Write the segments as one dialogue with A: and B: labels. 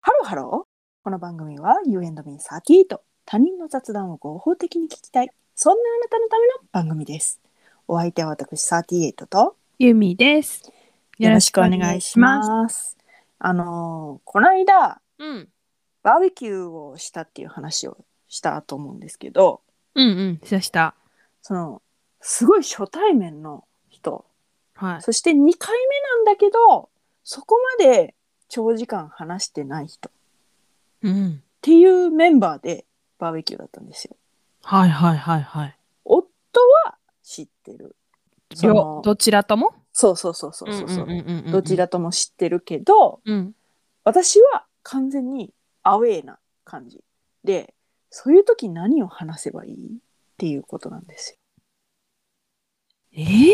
A: ハローハロー。この番組は You and me38。他人の雑談を合法的に聞きたい。そんなあなたのための番組です。お相手は私38と
B: ゆみです。
A: よろしくお願いします。
B: す。
A: あのーこの間、
B: うん。
A: バーベキューをしたっていう話をしたと思うんですけど、
B: うんうん。したした。
A: その、すごい初対面の人、
B: はい。
A: そして2回目なんだけど、そこまで長時間話してない人っ
B: うん。
A: ていうメンバーでバーベキューだったんですよ。
B: はいはいはいはい。
A: 夫は知ってる。そ
B: よ
A: の
B: どちらとも
A: そうそうそうそうそう,、
B: んんんんん
A: どちらとも知ってるけど、
B: うん。
A: 私は完全にアウェーな感じで、そういう時何を話せばいいっていうことなんですよ。
B: えー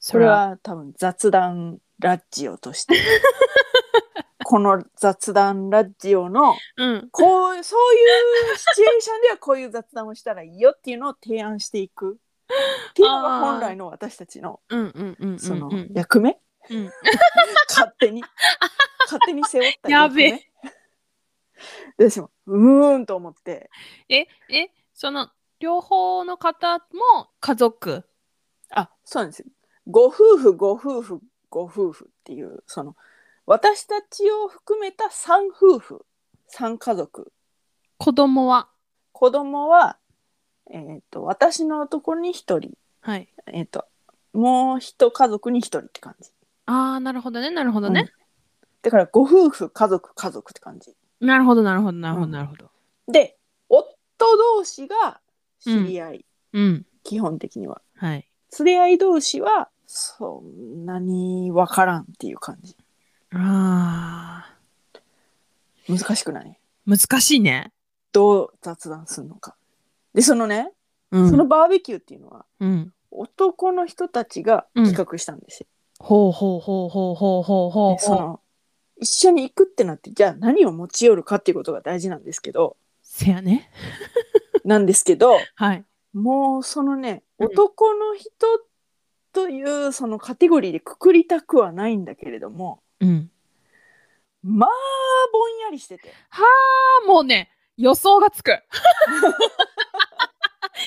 A: それ。は多分雑談ラジオと して。この雑談ラジオの
B: うん。
A: こうそういうシチュエーションではこういう雑談をしたらいいよっていうのを提案していくっていうのが本来の私たちの
B: うんうんうんうん。
A: その
B: うん
A: 役目、
B: うん
A: 勝手に勝手に背負った
B: やべえ
A: 役 目私もうーんと思って
B: え、え、その、両方の方も家族。
A: あそうなんですよご夫婦ご夫婦ご夫婦っていうその私たちを含めた3夫婦3家族
B: 子供は。
A: 子供はえっ、と私のところに1人
B: はい。
A: えっ、ともう一家族に1人って感じ
B: ああ、なるほどね、なるほどね。
A: だからご夫婦家族家族って感じ
B: なるほど、なるほど、なるほ
A: う
B: ど、
A: ん
B: なるほど。
A: で夫同士が知り合い、
B: うん。
A: 基本的には
B: はい。
A: 連れ合い同士はそんなに分からんっていう感じ
B: ああ。
A: 難しくない
B: 難しいね。
A: どう雑談するのかでそのね、
B: うん
A: そのバーベキューっていうのは
B: うん。
A: 男の人たちが企画したんですよ、
B: ほうほうほうほうほうほうほう
A: でそ
B: ほう。
A: の一緒に行くってなってじゃあ何を持ち寄るかっていうことが大事なんですけど
B: せやね。
A: なんですけど
B: はい。
A: もうそのね
B: うん
A: 男の人というそのカテゴリーでくくりたくはないんだけれども
B: うん。
A: まあぼんやりしてて
B: はあ、もうね、予想が つく。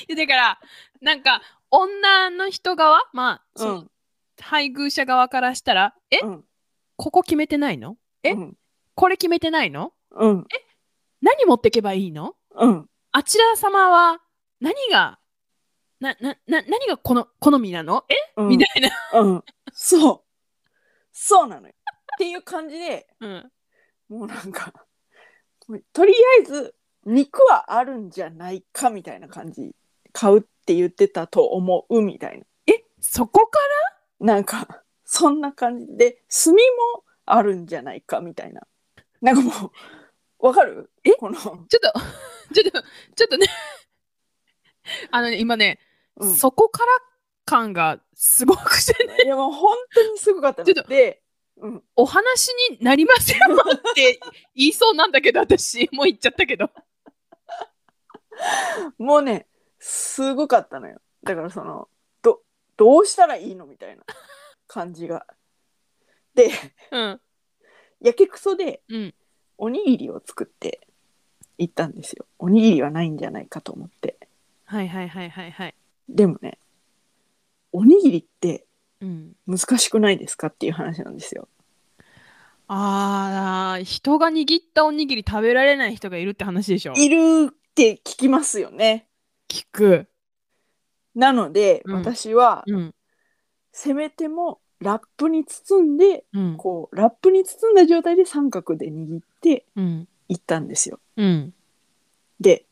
B: いやだから、なんか、女の人側、まあ、その、配偶者側からしたら、え、
A: うん
B: ここ決めてないのえ
A: うん
B: これ決めてないの
A: うん
B: 何持ってけばいいの
A: うん
B: あちら様は、何が、な、な、な、何がこの、好みなのえ、
A: うん
B: みたいな。
A: うん、そうそうなのよ。っていう感じで
B: うん。
A: もうなんかとりあえず肉はあるんじゃないかみたいな感じ買うって言ってたと思うみたい
B: え、そこか
A: ななんかそんな感じで炭もあるんじゃないかみたいななんかもうわかる
B: え
A: この、
B: ちょっと、 ちょっと、ちょっとね、 あのね、今ね、
A: うん、
B: そこから感がすごくして、
A: いやもう本当にすごかったの
B: ちょっと
A: で、うん、
B: お話になりませんわって言いそうなんだけど、私、もう言っちゃったけど。
A: もうねすごかったのよだからそのどどうしたらいいのみたいな感じがで
B: うん。
A: やけくそで
B: うん。
A: おにぎりを作って行ったんですよおにぎりはないんじゃないかと思って
B: はいはいはいはいはい。
A: でもねおにぎりって
B: うん。
A: 難しくないですかっていう話なんですよ
B: あー、人が握ったおにぎり食べられない人がいるって話でしょ。
A: いるって聞きますよね
B: 聞く。
A: なので、
B: うん
A: 私は
B: うん。
A: せめてもラップに包んで
B: うん。
A: こうラップに包んだ状態で三角で握って
B: うん。
A: 行ったんですよ
B: うん。
A: で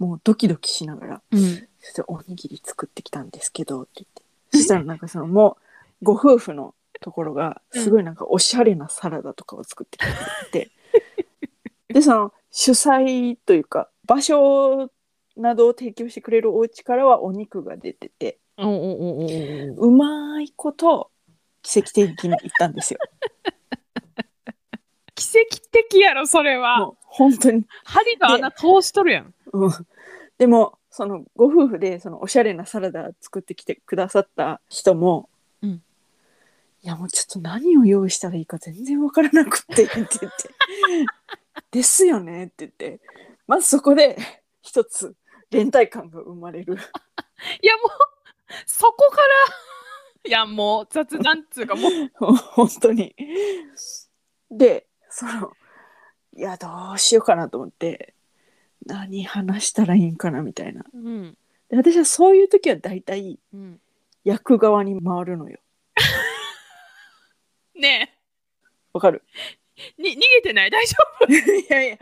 A: もうドキドキしながら
B: うん。
A: 「ちょっとおにぎり作ってきたんですけど」って言ってそしたらなんかそのもうご夫婦のところが
B: うん
A: すごいなんかおしゃれなサラダとかを作ってきてく れてでその主催というか場所などを提供してくれるお家からはお肉が出てて
B: おおおおおお。
A: うまいこと奇跡的にいったんですよ。
B: 奇跡的やろ、それは。
A: もう本当に、
B: 針と穴通しとるやん。
A: うん、でもそのご夫婦でそのおしゃれなサラダ作ってきてくださった人も、
B: うん
A: いやもうちょっと何を用意したらいいか全然わからなくって」って言って 「ですよね」って言ってまずそこで一つ連帯感が生まれる
B: いやもうそこから いやもう雑談っつうかもう
A: 本当に。でそのいやどうしようかなと思って何話したらいいんかなみたいな。
B: うん
A: で私はそういう時は大体
B: うん
A: 役側に回るのよ。
B: ね
A: わかる
B: えに逃げてない大 丈
A: いやいや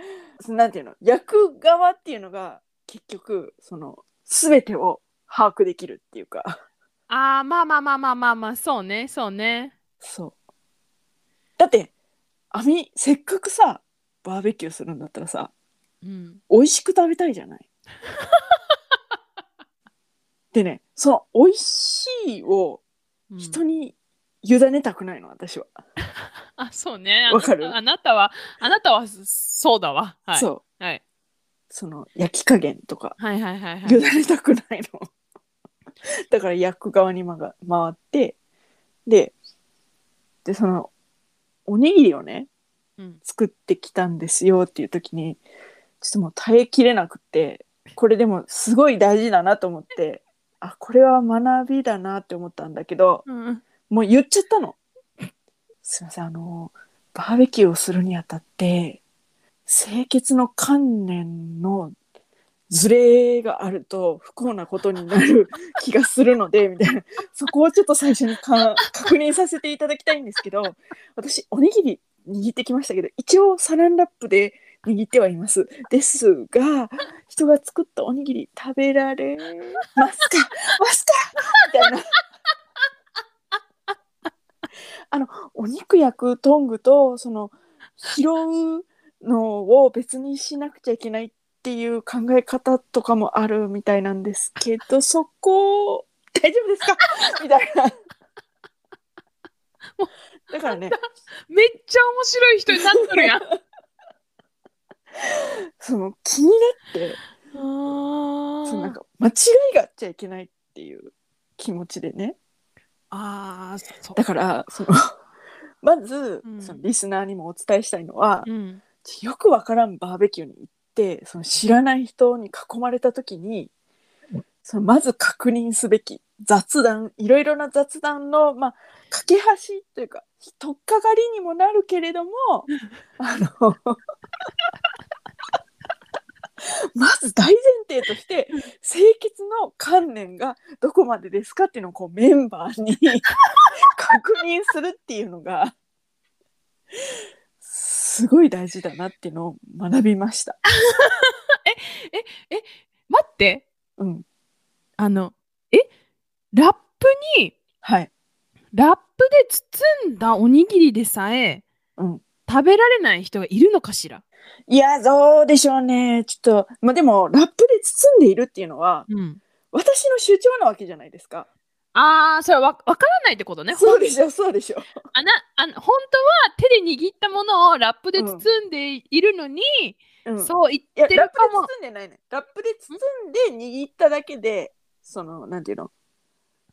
A: なんていうの役側っていうのが結局その全てを把握できるっていうか
B: 夫ああまあまあまあまあまあまあそうねそうね
A: そうだって網せっかくさバーベキューするんだったらさ
B: うん
A: 美味しく食べたいじゃない でねその美味しいを
B: うん
A: 人に委ねたくないの私は、
B: あそうねあ
A: わかる
B: あなたはあなたはそそうだわ、はい、
A: そう
B: はい
A: その焼き加減とか
B: はいはいはいは
A: 委
B: い
A: ねたくないの。だから役側にまが回ってででそのおにぎりをね
B: うん
A: 作ってきたんですよっていう時にちょっともう耐えきれなくってこれでもすごい大事だなと思ってあこれは学びだなって思ったんだけど
B: うん
A: もう言っちゃったの。すいませんあのバーベキューをするにあたって清潔の観念のズレがあると不幸なことになる気がするのでみたいなそこをちょっと最初にか確認させていただきたいんですけど私おにぎり握ってきましたけど一応サランラップで握ってはいますですが人が作ったおにぎり食べられますかますかみたいなあのお肉焼くトングとその拾うのを別にしなくちゃいけないっていう考え方とかもあるみたいなんですけどそこ大丈夫ですかみたいな。だからね
B: めっちゃ面白い人になっとるやん あ
A: その気になってそのなん
B: ー
A: か間違いがあっちゃいけないっていう気持ちでね
B: あーそう
A: だからそのまず、
B: うん
A: そのリスナーにもお伝えしたいのは、
B: うん
A: よくわからんバーベキューに行ってその知らない人に囲まれた時にそのまず確認すべき雑談いろいろな雑談の、まあ、架け橋というか取っかかりにもなるけれどもあのまず大前提として清潔の観念がどこまでですかっていうのをこうメンバーに 確認するっていうのがすごい大事だなっていうのを学びました。
B: 待って
A: うん、
B: あのえラップに
A: はい、
B: ラップで包んだおにぎりでさえ、
A: うん
B: 食べられない人がいるのかしら、
A: いやどうでしょうねちょっと、まあ、でもラップで包んでいるっていうのは
B: うん、
A: 私の主張なわけじゃないですか。
B: ああそれわわからないってことね
A: そうでしょそうでしょ。
B: あなあの本当は手で握ったものをラップで包んでいるのに、
A: うん、
B: そう言
A: いや
B: って
A: ラッ
B: る
A: プ
B: か
A: で
B: も
A: 包んでないねラップで包んで握っただけでそのなんていうの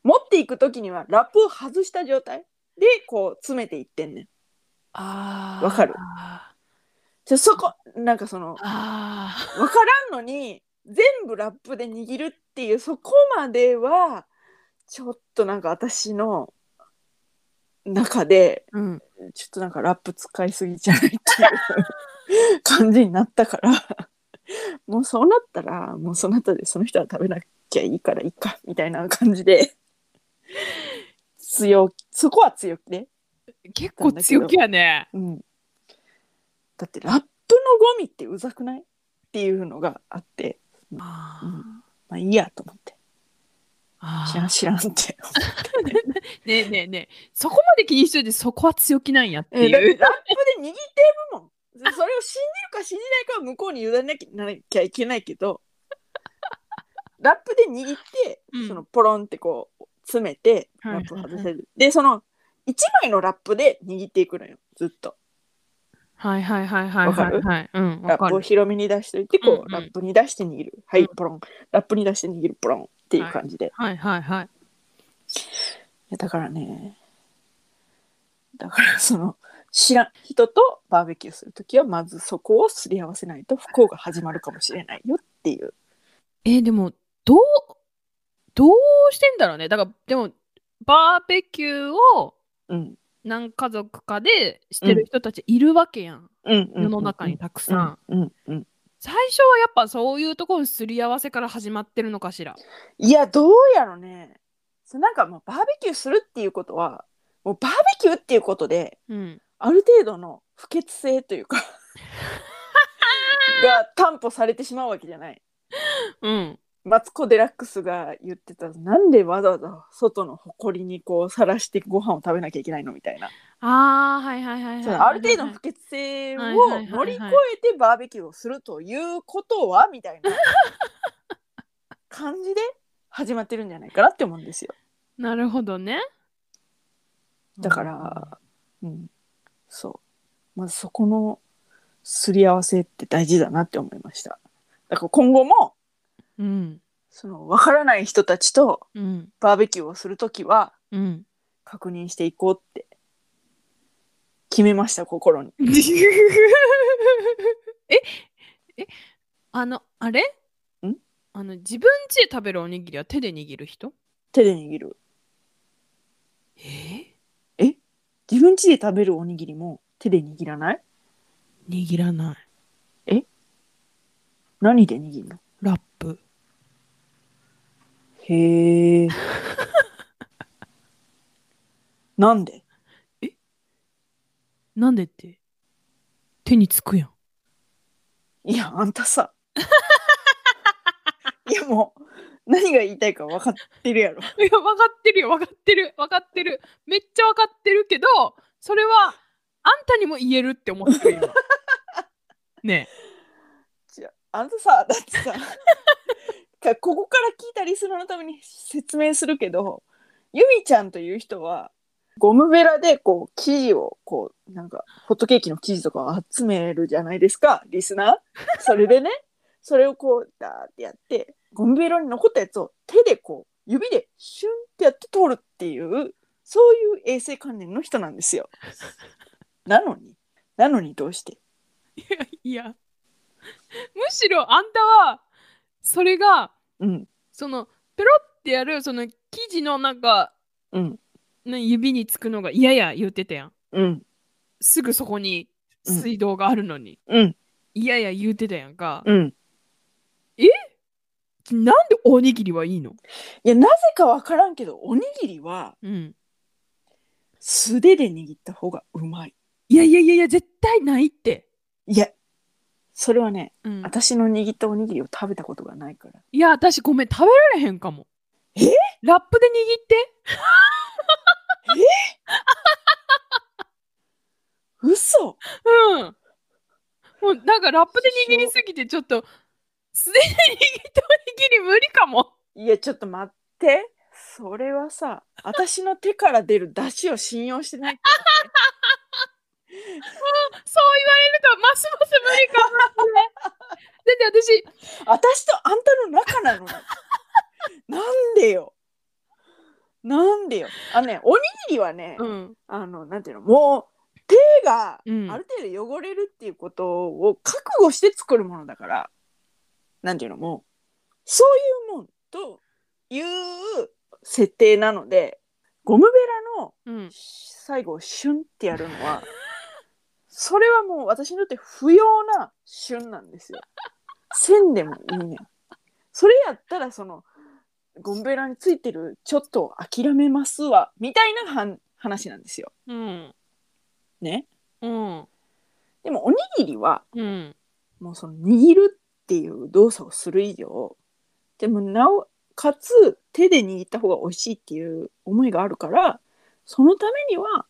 A: 持っていく時にはラップを外した状態でこう詰めていってんねん。
B: あ
A: わかる
B: あ
A: じゃそこなんかその
B: あ
A: 分からんのに全部ラップで握るっていうそこまではちょっとなんか私の中で
B: うん
A: ちょっとなんかラップ使いすぎじゃないっていう感じになったからもうそうなったらもうその後でその人は食べなきゃいいからいいかみたいな感じで強気そこは強気で、
B: 結構強気やね
A: うん、だってラップのゴミってうざくないっていうのがあって
B: あ
A: う
B: ー
A: んまあいいやと思って
B: あ
A: 知らん
B: ー
A: 知らんって
B: ねえねえねえそこまで気にしといてそこは強気なんやって
A: えだって
B: いう
A: ラップで握ってるもんそれを信じるか信じないかは向こうに委ねなきゃなきゃいけないけどラップで握って、
B: うん
A: そのポロンってこう詰めて
B: はい
A: ラップを外せる、でその1枚のラップで握っていくのよずっと
B: はいはいはいはい
A: わか
B: はい
A: る
B: はいうん
A: ラ
B: わ
A: ッ
B: か
A: プを
B: る
A: 広めに出しておいてこう、
B: うんうん
A: ラップに出して握るはい、
B: うん
A: ポロンラップに出して握るポロンっていう感じで、
B: はいはいはい
A: いやだからねだからその知らん人とバーベキューする時はまずそこをすり合わせないと不幸が始まるかもしれないよっていう
B: えーでもどうどうしてんだろうねだからでもバーベキューを
A: うん
B: 何家族かでしてる人たちいるわけやん、
A: うんうん
B: 世の中にたくさん、
A: うんうん
B: 最初はやっぱそういうところのすり合わせから始まってるのかしら
A: いやどうやろねそうなんかもうバーベキューするっていうことはもうバーベキューっていうことで
B: うん
A: ある程度の不潔性と いうかが担保されてしまうわけじゃない
B: うん
A: マツコ・デラックスが言ってたなんでわざわざ外の埃にこうさらしてご飯を食べなきゃいけないのみたいな
B: ああはいはいはいはい
A: そ
B: はい
A: のある程度の不潔性を
B: はいはいはいはい
A: 乗り越えてバーベキューをするということはみた いな感じで始まってるんじゃないかなって思うんですよ
B: なるほどね
A: だから、うん、そうまずそこのすり合わせって大事だなって思いましただから今後も
B: うん
A: その分からない人たちと
B: うん
A: バーベキューをするときは
B: うん
A: 確認していこうって決めました心に
B: ええあのあれ
A: ん
B: あの自分家で食べるおにぎりは手で握る人
A: 手で握る
B: え
A: 自分家で食べるおにぎりも手で握らない
B: 握らない
A: 何で握るの
B: ラップ
A: へえ なんで
B: なんでって手につくやん
A: いやあんたさいやもう何が言いたいか分かってるやろ
B: いや分かってるよ分かってる分かってるめっちゃ分かってるけどそれはあんたにも言えるって思ってる よね
A: じゃああんたさだってさかここから聞いたリスナーのために説明するけどユミちゃんという人はゴムベラでこう生地をこうなんかホットケーキの生地とかを集めるじゃないですかリスナーそれでねそれをこうダーってやってゴムベラに残ったやつを手でこう指でシュンってやって取るっていうそういう衛生観念の人なんですよ。なのになのにどうして
B: いやいやむしろあんたはそれが
A: うん
B: そのペロってやるその生地のなんか、
A: うん
B: ね指につくのが嫌や言ってたやん
A: うん
B: すぐそこに
A: うん
B: 水道があるのに
A: うん
B: 嫌、や言ってたやんか、
A: うん
B: なんでおにぎりはいいの
A: いやなぜか分からんけどおにぎりは
B: うん
A: 素手で握った方がうまい
B: いやいやいやいや絶対ないって、
A: いやそれはね
B: うん
A: 私の握ったおにぎりを食べたことがないから
B: いや私ごめん食べられへんかも
A: え
B: ラップで握って
A: 嘘
B: うんもうなんかラップで握りすぎてちょっと素手で握ったおにぎり無理かも
A: いやちょっと待ってそれはさ私の手から出る出汁を信用してないってことね
B: そう言われるとますます無理かもだって私
A: 私とあんたの仲な のになんでよなんでよあのねおにぎりはね、
B: うん
A: あのなんていうのもう手が
B: うん
A: ある程度汚れるっていうことを覚悟して作るものだから、なんていうのもうそういうもんという設定なのでゴムベラの
B: うん
A: 最後シュンってやるの はそれはもう私にとって不要な旬なんですよ。せんでもいいねん。それやったらそのゴムベラについてるちょっと諦めますわみたいなはん話なんですよ。
B: うん
A: ね。
B: うん
A: でもおにぎりは
B: うん
A: もうその握るっていう動作をする以上でもなおかつ手で握った方が美味しいっていう思いがあるからそのためには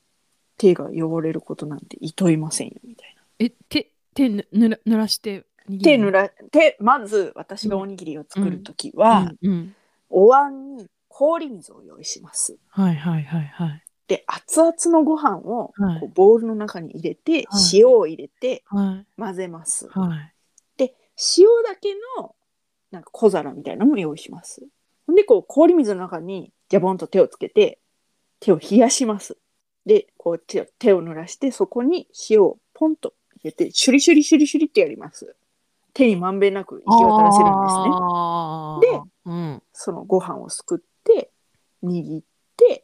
A: 手が汚れることなんていといませんよみたいな。
B: え手手ぬぬら濡らして握る
A: 手濡ら手まず私がおにぎりを作るときは、
B: うん、うん、
A: お椀に氷水を用意します。
B: はいはいはいはい
A: で熱々のご飯を
B: はい
A: こうボウルの中に入れて、
B: はい
A: 塩を入れて
B: はい
A: 混ぜます。
B: はい
A: で塩だけのなんか小皿みたいなのも用意しますほんでこう氷水の中にジャボンと手をつけて手を冷やしますでこう手を手を濡らしてそこに火をポンと入れてシュリシュリシュリシュリってやります手にまんべんなく行き渡らせるんですね
B: るんですね。で、うん、
A: そのご飯をすくって握って、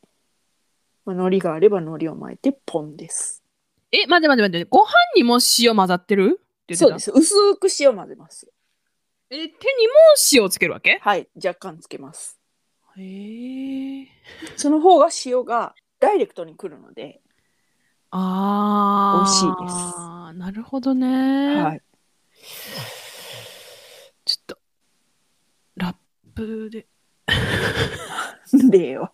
A: まあ、海苔があれば海苔を巻いてポンです
B: え、待って待って待って、ご飯にも塩混ざってるって言ってた
A: そうです薄く塩混ぜます
B: え、手にも塩つけるわけ
A: はい若干つけます
B: へえ。
A: その方が塩がダイレクトに来るので、
B: ああ。
A: 美味しい
B: いです。なるほど ね。
A: はい、
B: ちょっと、ラップで。
A: なんでよ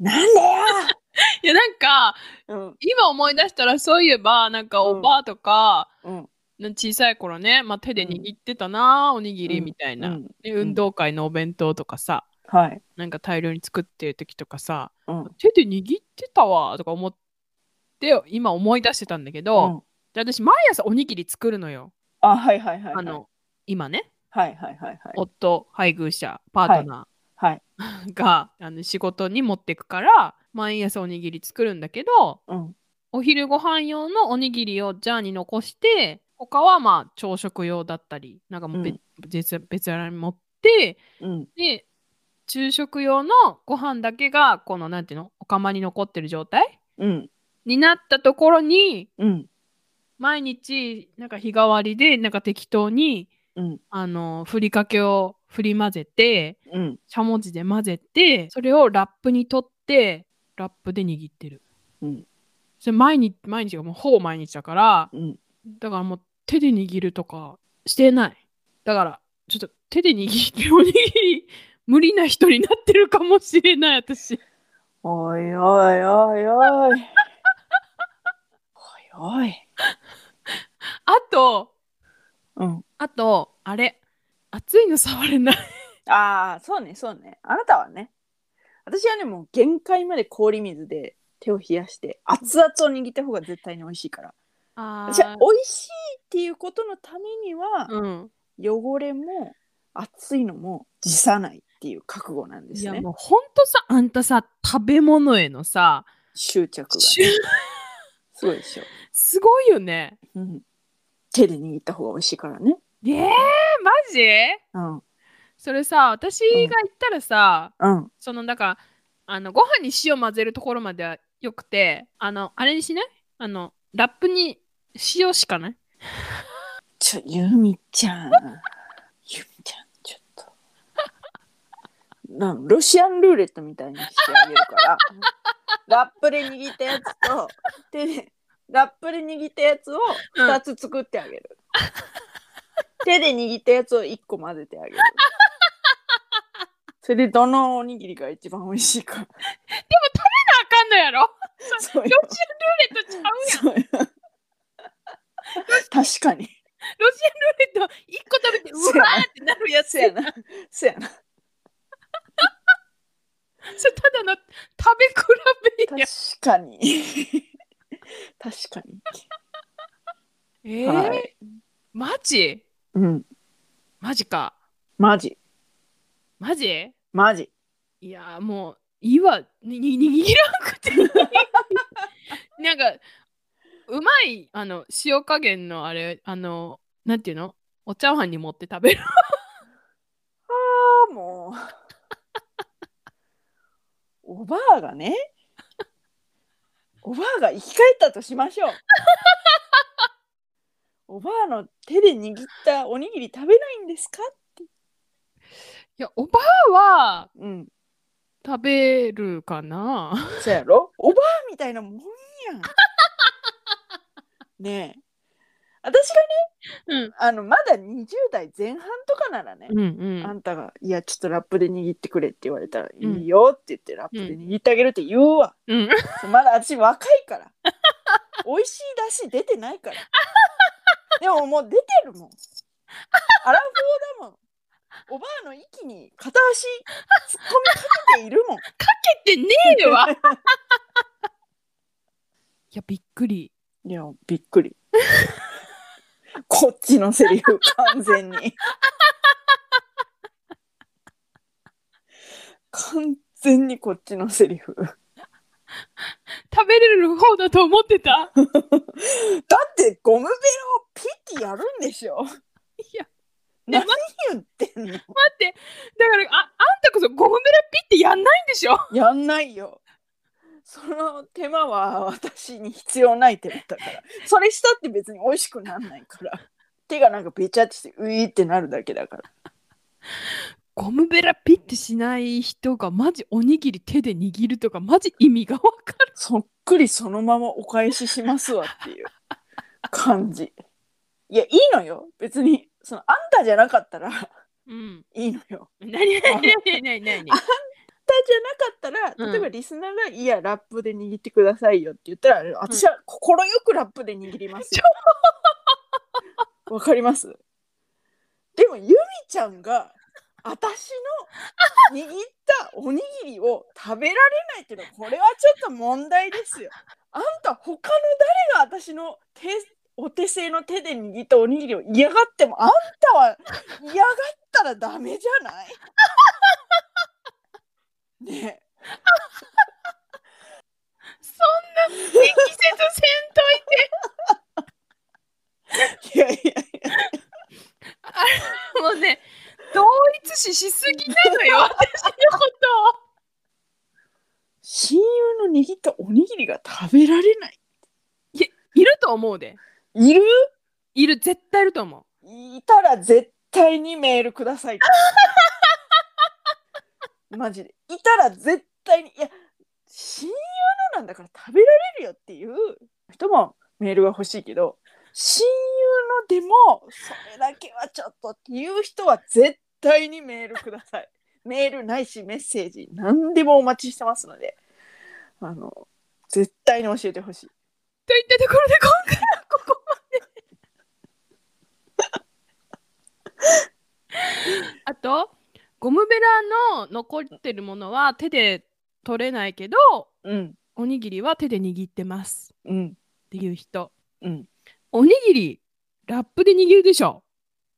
A: なんでよ、
B: いや、なんか、
A: うん
B: 今思い出したら、そういえば、なんか、
A: うん
B: おばあとか、
A: うん
B: な小さい頃ね、まあ、手で握ってたな、おにぎりみたいな、
A: うん
B: で。運動会のお弁当とかさ、
A: はい、
B: なんか大量に作ってる時とかさ、
A: うんうん
B: 手で握ってたわとか思って、今思い出してたんだけど、で私、毎朝おにぎり作るのよ。
A: あはいはいはいはい
B: あの、今ね、
A: はいはいはいはい
B: 夫、配偶者、パートナー。
A: はい
B: があの仕事に持ってくから毎朝おにぎり作るんだけど
A: うん
B: お昼ご飯用のおにぎりをジャーに残して他はまあ朝食用だったりなんかもうべ
A: うん
B: 別別皿に持って
A: うん
B: で昼食用のご飯だけがこのなんていうのお釜に残ってる状態
A: うん
B: になったところに
A: うん
B: 毎日なんか日替わりでなんか適当に
A: うん
B: あのふりかけを振り混ぜて
A: うん
B: しゃもじで混ぜてそれをラップに取ってラップで握ってる、
A: うん
B: それ毎日毎日がもうほぼ毎日だから
A: うん
B: だからもう手で握るとかしてないだからちょっと手で握るおにぎり無理な人になってるかもしれない私
A: おいおいおいおいおいおい
B: あと
A: うん
B: あとあれ熱いの触れない
A: ああそうねそうねあなたはね私はねもう限界まで氷水で手を冷やして熱々を握った方が絶対に美味しいから
B: あ
A: 私
B: ー
A: は美味しいっていうことのためには、
B: うん
A: 汚れも熱いのも辞さないっていう覚悟なんで
B: い
A: す
B: や
A: ね
B: もうほんとさあんたさ食べ物へのさ
A: 執着が
B: しゅ
A: すごいでしょ、
B: すごいよね
A: うん、手で握った方が美味しいからね
B: えー、マジ
A: うん
B: それさ私が行ったらさ、
A: うん
B: そのだからあのご飯に塩混ぜるところまではよくてあのあれにしないあのラップに塩しかない
A: ちょゆみちゃんゆみちゃんちょっとなんロシアンルーレットみたいにしてあげるからラップで握ったやつと手でラップで握ったやつを2つ作ってあげる、手で握ったやつを1個混ぜてあげるそれでどのおにぎりが一番美味しいか
B: あかんのや ろ
A: そういう
B: ロシアンルーレットちゃうやん
A: そういう確かに
B: ロシアンルーレット一個食べて
A: そう
B: う
A: や
B: わ
A: な
B: ーってなるやつ
A: せやなせやな
B: それただの食べ比べ
A: 確
B: や
A: かに 確かに、
B: えー
A: はい、
B: マジ
A: うん
B: マジか
A: マジ
B: マジ
A: マジ
B: いやーもういいわにに握らんくて いいなんかうまいあの塩加減のあれあのなんていうのお茶碗に持って食べる
A: あもうおばあがねおばあが生き返ったとしま しょうおばあの手で握ったおにぎり食べないんですか
B: いやおばあは
A: うん
B: 食べるかな
A: そやろおばあみたいなもんや んねえ私が
B: うん
A: あのまだ20代前半とかならね、
B: うんうん
A: あんたが「いやちょっとラップで握ってくれ」って言われたら「
B: うん
A: いいよ」って言ってラップで握ってあげるって言うわ、
B: うん
A: そうまだ私若いから美味しいだし出てないからでももう出てるもんアラフォーだもんおばあの息に片足突っ込みかけているもん
B: でねえわ いやびっくり
A: いやびっくり こっちのセリフ完全に完全にこっちのセリフ
B: 食べれる方だと思ってた。
A: だってゴムベラをピッてやるんでしょ
B: いや、
A: 何言ってんの
B: 待って、だから、ああんたこそゴムベラピってやんないんでしょ
A: やんないよその手間は私に必要ない手間だからそれしたって別に美味しくなんないから手がなんかべちゃってしてういってなるだけだから
B: ゴムベラピってしない人がマジおにぎり手で握るとかマジ意味がわかる。
A: そっくりそのままお返ししますわっていう感じいやいいのよ別にそのあんたじゃなかったら
B: うん。
A: いいのよ
B: なになになになになに
A: あんたじゃなかったら例えば
B: う
A: リスナーが「いやラップで握ってくださいよ」って言ったら、私は快くラップで握りますよ。わかりますでもユミちゃんが私の握ったおにぎりを食べられないっていうのはこれはちょっと問題ですよ。あんた他の誰が私の手お手製の手で握ったおにぎりを嫌がってもあんたは嫌がったらダメじゃないねえ
B: そんな適切せずせ
A: いやいやいや
B: んといて。もう ね、同一視しすぎなのよ、私のことを。
A: 親友の握ったおにぎりが食べられない
B: いると思うで。
A: いる
B: いる、絶対いると思う。
A: いたら絶対にメールくだ さいマジでいたら絶対にいや親友のなんだから食べられるよっていう人もメールが欲しいけど親友のでもそれだけはちょっとっていう人は絶対にメールくださいメールないしメッセージ何でもお待ちしてますのであの絶対に教えてほしい
B: といったところで今回はここまで。あ とゴムベラの残ってるものは手で取れないけど
A: うん
B: おにぎりは手で握ってます
A: うん
B: っていう人
A: うん
B: おにぎりラップで握るでしょ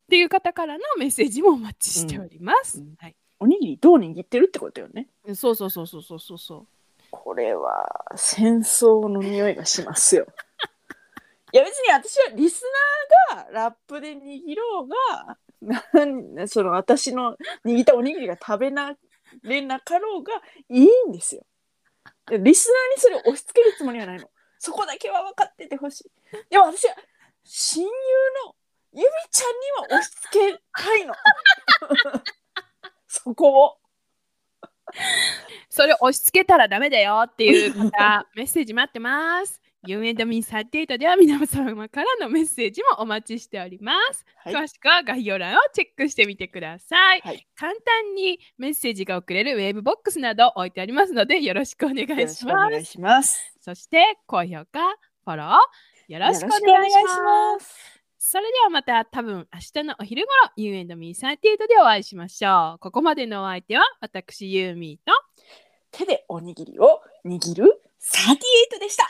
B: っていう方からのメッセージもお待ちしております。
A: うんうん
B: はい、
A: おにぎりどう握ってるってことよね
B: そうそうそうそうそうそうそう。
A: これは戦争の匂いがしますよ。 いや別に私はリスナーがラップで握ろうがなんその私の握ったおにぎりが食べなれなかろうがいいんですよ。リスナーにそれを押し付けるつもりはないの。そこだけは分かっててほしい。でも私は親友のゆみちゃんには押し付けた いの。そこを。
B: それ押し付けたらダメだよっていう方、メッセージ待ってます。ユーエンドミンサテイトでは皆様からのメッセージもお待ちしております。
A: はい
B: 詳しくは概要欄をチェックしてみてください。
A: はい
B: 簡単にメッセージが送れるウェーブボックスなど置いてありますのでよろしくお願いし
A: よろ
B: ま
A: し
B: す。
A: くお願いします。
B: そして高評価、フォローよろしくお願いします。
A: す。
B: それではまた多分明日のお昼頃 You and me38 でお会いしましょう。ここまでのお相手は私ユーミーと
A: 手でおにぎりを握る38でした。